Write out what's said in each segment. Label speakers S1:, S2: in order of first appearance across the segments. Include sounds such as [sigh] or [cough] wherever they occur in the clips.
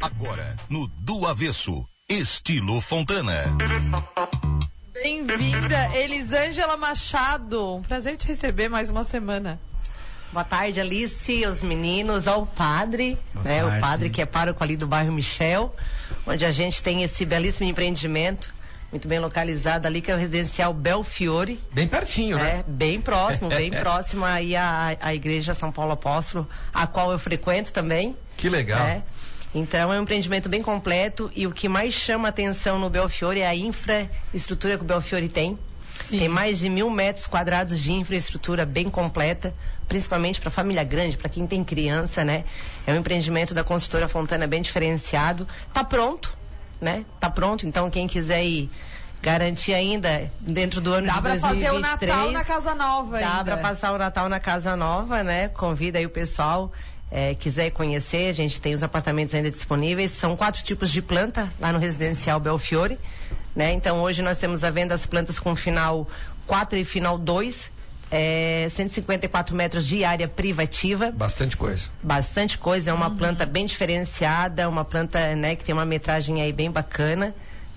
S1: Agora, no Do Avesso, estilo Fontana.
S2: Bem-vinda, Elisângela Machado. Um prazer te receber mais uma semana.
S3: Boa tarde, Alice, os meninos, ao padre,
S4: Boa
S3: né? O
S4: tarde.
S3: padre que é pároco ali do bairro Michel, onde a gente tem esse belíssimo empreendimento, muito bem localizado ali, que é o residencial Belfiore,
S4: Bem pertinho,
S3: é,
S4: né?
S3: bem próximo,
S4: [laughs]
S3: bem próximo aí à, à igreja São Paulo Apóstolo, a qual eu frequento também,
S4: Que legal.
S3: né? Então é um empreendimento bem completo e o que mais chama atenção no Belfiore é a infraestrutura que o Belfiore tem.
S2: Sim.
S3: Tem mais de mil metros quadrados de infraestrutura bem completa, principalmente para família grande, para quem tem criança, né? É um empreendimento da construtora Fontana bem diferenciado. Tá pronto, né? Tá pronto, então quem quiser ir garantir ainda dentro do ano
S2: Dá
S3: de
S2: pra
S3: 2023.
S2: fazer o Natal na Casa Nova
S3: Dá
S2: ainda.
S3: para passar o Natal na Casa Nova, né? Convida aí o pessoal. eh, quiser conhecer, a gente tem os apartamentos ainda disponíveis. São quatro tipos de planta lá no residencial Belfiore. Né? Então, hoje nós temos a venda das plantas com final 4 e final 2, eh, 154 metros de área privativa
S4: Bastante coisa.
S3: bastante coisa, é uma
S2: Uhum.
S3: planta bem diferenciada, uma planta né, que tem uma metragem aí bem bacana,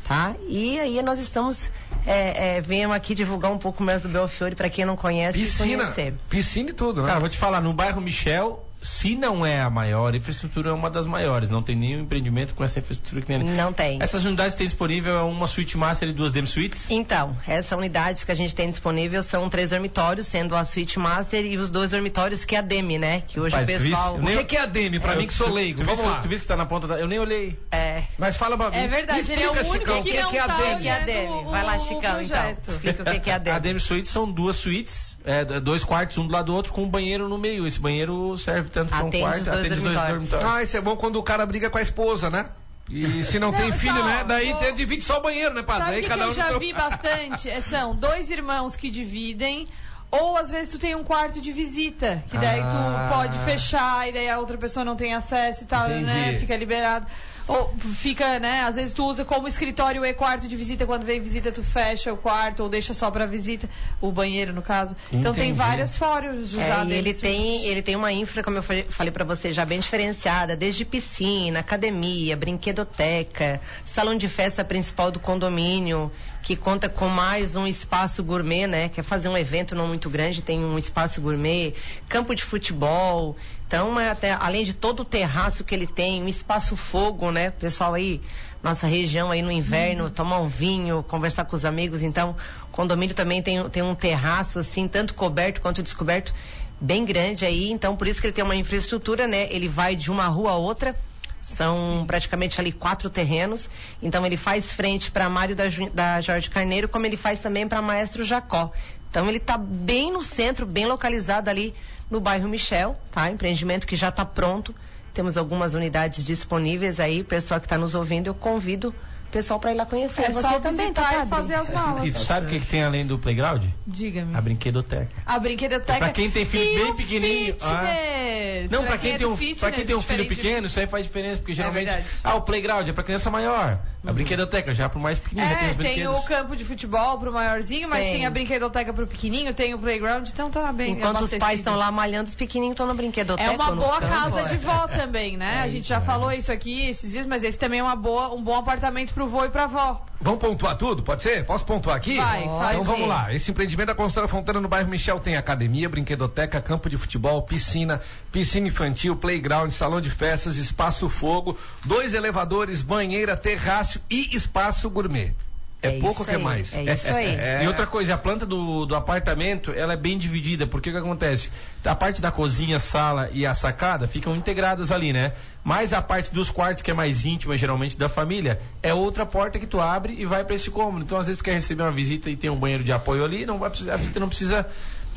S3: tá? E aí nós estamos, é, é, viemos aqui divulgar um pouco mais do Belfiore para quem não conhece e
S4: Piscina.
S3: conhecer.
S4: Piscina e tudo, né?
S5: Cara, vou te falar, no bairro Michel, se não é a maior, a infraestrutura é uma das maiores. Não tem nenhum empreendimento com essa infraestrutura que nem ali.
S3: Não tem.
S5: Essas unidades que tem disponível é uma suíte master e duas dem suites.
S3: Então, essas unidades que a gente tem disponível são três dormitórios, sendo a Suite Master e os dois dormitórios que é a Demi, né? Que hoje
S5: Rapaz,
S3: o
S5: tu
S3: pessoal.
S5: viste?
S4: o que, que é a Demi? Pra mim que sou leigo.
S5: Tu, viste
S4: Vamos
S5: que-
S4: lá.
S5: tu viste que tá na ponta da. Eu nem olhei.
S3: É.
S4: Mas fala pra mim.
S2: É verdade, ele é o
S4: Explica,
S2: único
S4: Chicão,
S2: que
S4: o que,
S2: não
S4: que é a
S2: tá
S3: O que é
S4: Demi?
S3: a Demi?
S2: O-
S3: Vai lá,
S2: o
S3: Chicão, então.
S2: projeto.
S3: Explica o que que é [laughs] a Demi.
S5: A dem suites são duas suítes, é, dois quartos um do lado do outro, com um banheiro no meio. Esse banheiro serve tanto para um
S3: Atende os
S5: quarto,
S3: dois
S5: atende os dois
S3: dormitórios.
S5: dormitórios.
S4: Ah, isso é bom quando o cara briga com a esposa, né? E se não,
S2: Não,
S4: tem filho,
S2: só-
S4: né? Daí
S2: vou-
S4: tem- divide só o banheiro, né, padre?
S2: Sabe o
S4: Aí
S2: que,
S4: cada
S2: que
S4: um
S2: eu
S4: no
S2: já
S4: seu-
S2: vi bastante? É, são dois irmãos que dividem. Ou às vezes tu tem um quarto de visita, que daí
S4: Ah.
S2: tu pode fechar e daí a outra pessoa não tem acesso e tal, né?
S4: Entendi.
S2: Fica liberado. Ou fica, né? Às vezes tu usa como escritório e quarto de visita, quando vem visita tu fecha o quarto ou deixa só pra visita, o banheiro no caso. Então tem
S4: Entendi.
S2: várias formas de usar
S3: É, e
S2: dele,
S3: ele
S2: su-
S3: tem, ele tem uma infra, como eu fa- falei pra você, já bem diferenciada, desde piscina, academia, brinquedoteca, salão de festa principal do condomínio, que conta com mais um espaço gourmet, né? Quer fazer um evento não muito grande, tem um espaço gourmet, campo de futebol. Então, é até, além de todo o terraço que ele tem, um espaço fogo, né? O pessoal aí, nossa região aí no inverno, tomar um vinho, conversar com os amigos. Então, o condomínio também tem, tem um terraço, assim, tanto coberto quanto descoberto, bem grande aí. Então, por isso que ele tem uma infraestrutura, né? Ele vai de uma rua a outra. São praticamente ali quatro terrenos. Então, ele faz frente para Mário da, Ju- da Jorge Carneiro, como ele faz também para Maestro Jacó. Então, ele está bem no centro, bem localizado ali no bairro Michel, tá? Empreendimento que já está pronto. Temos algumas unidades disponíveis aí. Pessoal que está nos ouvindo, eu convido o pessoal para ir lá conhecer.
S2: É
S3: Você
S2: só
S3: também,
S2: visitar
S3: tá,
S2: e
S3: Padre?
S2: fazer as
S5: E
S2: malas.
S5: tu sabe o que, que tem além do playground?
S2: Diga-me.
S5: A brinquedoteca.
S2: A brinquedoteca.
S5: É Pra quem tem filho
S2: e
S5: bem
S2: o
S5: pequenininho,
S2: fitness.
S5: Não, pra
S2: é
S5: quem,
S2: do
S5: tem um,
S2: fitness,
S5: pra quem tem um filho
S2: diferente de-
S5: pequeno, isso aí faz diferença, porque geralmente.
S2: verdade. Uhum.
S5: ah, o playground é pra criança maior. A brinquedoteca já é pro mais pequenininho, já tem
S2: É,
S5: os
S2: tem
S5: brinquedos.
S2: o campo de futebol pro maiorzinho, mas tem,
S3: Tem.
S2: a brinquedoteca pro pequenininho, tem o playground, então tá bem.
S3: Enquanto os pais
S2: abastecido.
S3: estão lá malhando, os pequenininhos estão na brinquedoteca.
S2: É uma
S3: no
S2: boa
S3: campo.
S2: casa
S5: é.
S2: de vó também,
S5: [laughs]
S2: né? a gente já falou isso aqui esses dias, mas esse também é uma boa, um bom apartamento pro vô e pra vó.
S4: Vamos pontuar tudo? Pode ser? Posso pontuar aqui?
S2: Vai, faz.
S4: Então vamos lá. Esse empreendimento da Construtora Fontana no bairro Michel tem academia, brinquedoteca, campo de futebol, piscina, piscina infantil, playground, salão de festas, espaço fogo, dois elevadores, banheira, terraço e espaço gourmet. É,
S3: É
S4: pouco
S3: isso
S4: que é
S3: aí,
S4: mais.
S3: é isso aí.
S4: [laughs] É.
S5: E outra coisa, a planta do, do apartamento, ela é bem dividida, porque o que acontece? A parte da cozinha, sala e a sacada ficam integradas ali, né? Mas a parte dos quartos, que é mais íntima, geralmente, da família, é outra porta que tu abre e vai pra esse cômodo. Então, às vezes, tu quer receber uma visita e tem um banheiro de apoio ali, não vai precisar, a visita não precisa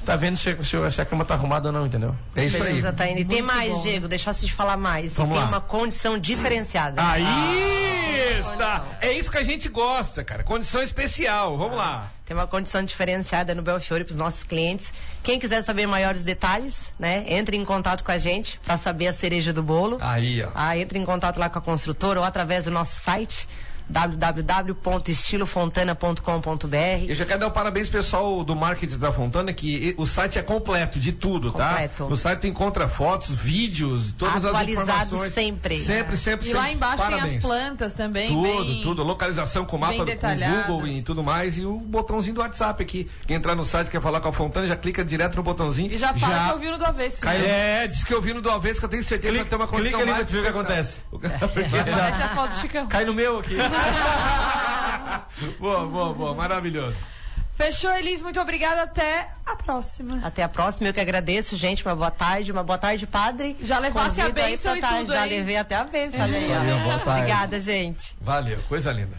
S5: tá vendo se, se- se a cama tá arrumada ou não, entendeu?
S4: É isso aí.
S3: Precisa tá indo. E tem mais, Diego, deixasse de falar mais.
S4: Vamos
S3: e tem
S4: lá.
S3: uma condição diferenciada. Ah,
S4: Aí está. É isso que a gente gosta, cara. Condição especial. Vamos lá.
S3: Tem uma condição diferenciada no Belfiore para os nossos clientes. Quem quiser saber maiores detalhes, né, entre em contato com a gente para saber a cereja do bolo.
S4: Aí, ó.
S3: Ah, entre em contato lá com a construtora ou através do nosso site www.estilofontana.com.br.
S4: Eu já quero dar um parabéns pro pessoal do marketing da Fontana, que o site é completo de tudo, tá?
S3: Completo.
S4: No site tu encontra fotos, vídeos, todas as
S3: Atualizado
S4: informações.
S3: sempre.
S4: Sempre, sempre,
S2: E lá
S4: sempre.
S2: embaixo
S4: parabéns.
S2: tem as plantas também.
S4: Tudo,
S2: bem-
S4: tudo. Localização com
S2: bem
S4: mapa do com
S2: detalhadas.
S4: Google e tudo mais. E o botãozinho do WhatsApp aqui. Quem entrar no site quer falar com a Fontana, já clica direto no botãozinho.
S2: E já fala que eu vi no do avesso.
S5: Caiu.
S2: né?
S4: É, diz que eu vi no do avesso que eu tenho certeza que vai ter uma
S5: clica
S4: condição
S5: ali
S4: mais
S5: pra ver o que acontece.
S4: acontece.
S5: [laughs]
S2: Parece a foto do Chicão.
S5: Cai no meu aqui.
S4: boa, boa, boa. [laughs] Maravilhoso.
S2: Fechou, Elis. Muito obrigada. Até a próxima.
S3: Até a próxima, eu que agradeço, gente. Uma boa tarde, uma boa tarde, padre.
S2: Já levasse a
S3: Convido aí
S2: bênção
S3: pra
S2: e
S3: tá-
S2: tudo,
S3: Já
S2: hein?
S4: É
S3: levei até a bênção,
S2: Isso
S3: olha aí, ó.
S5: aí, boa tarde.
S3: Obrigada, gente.
S4: Valeu, coisa linda.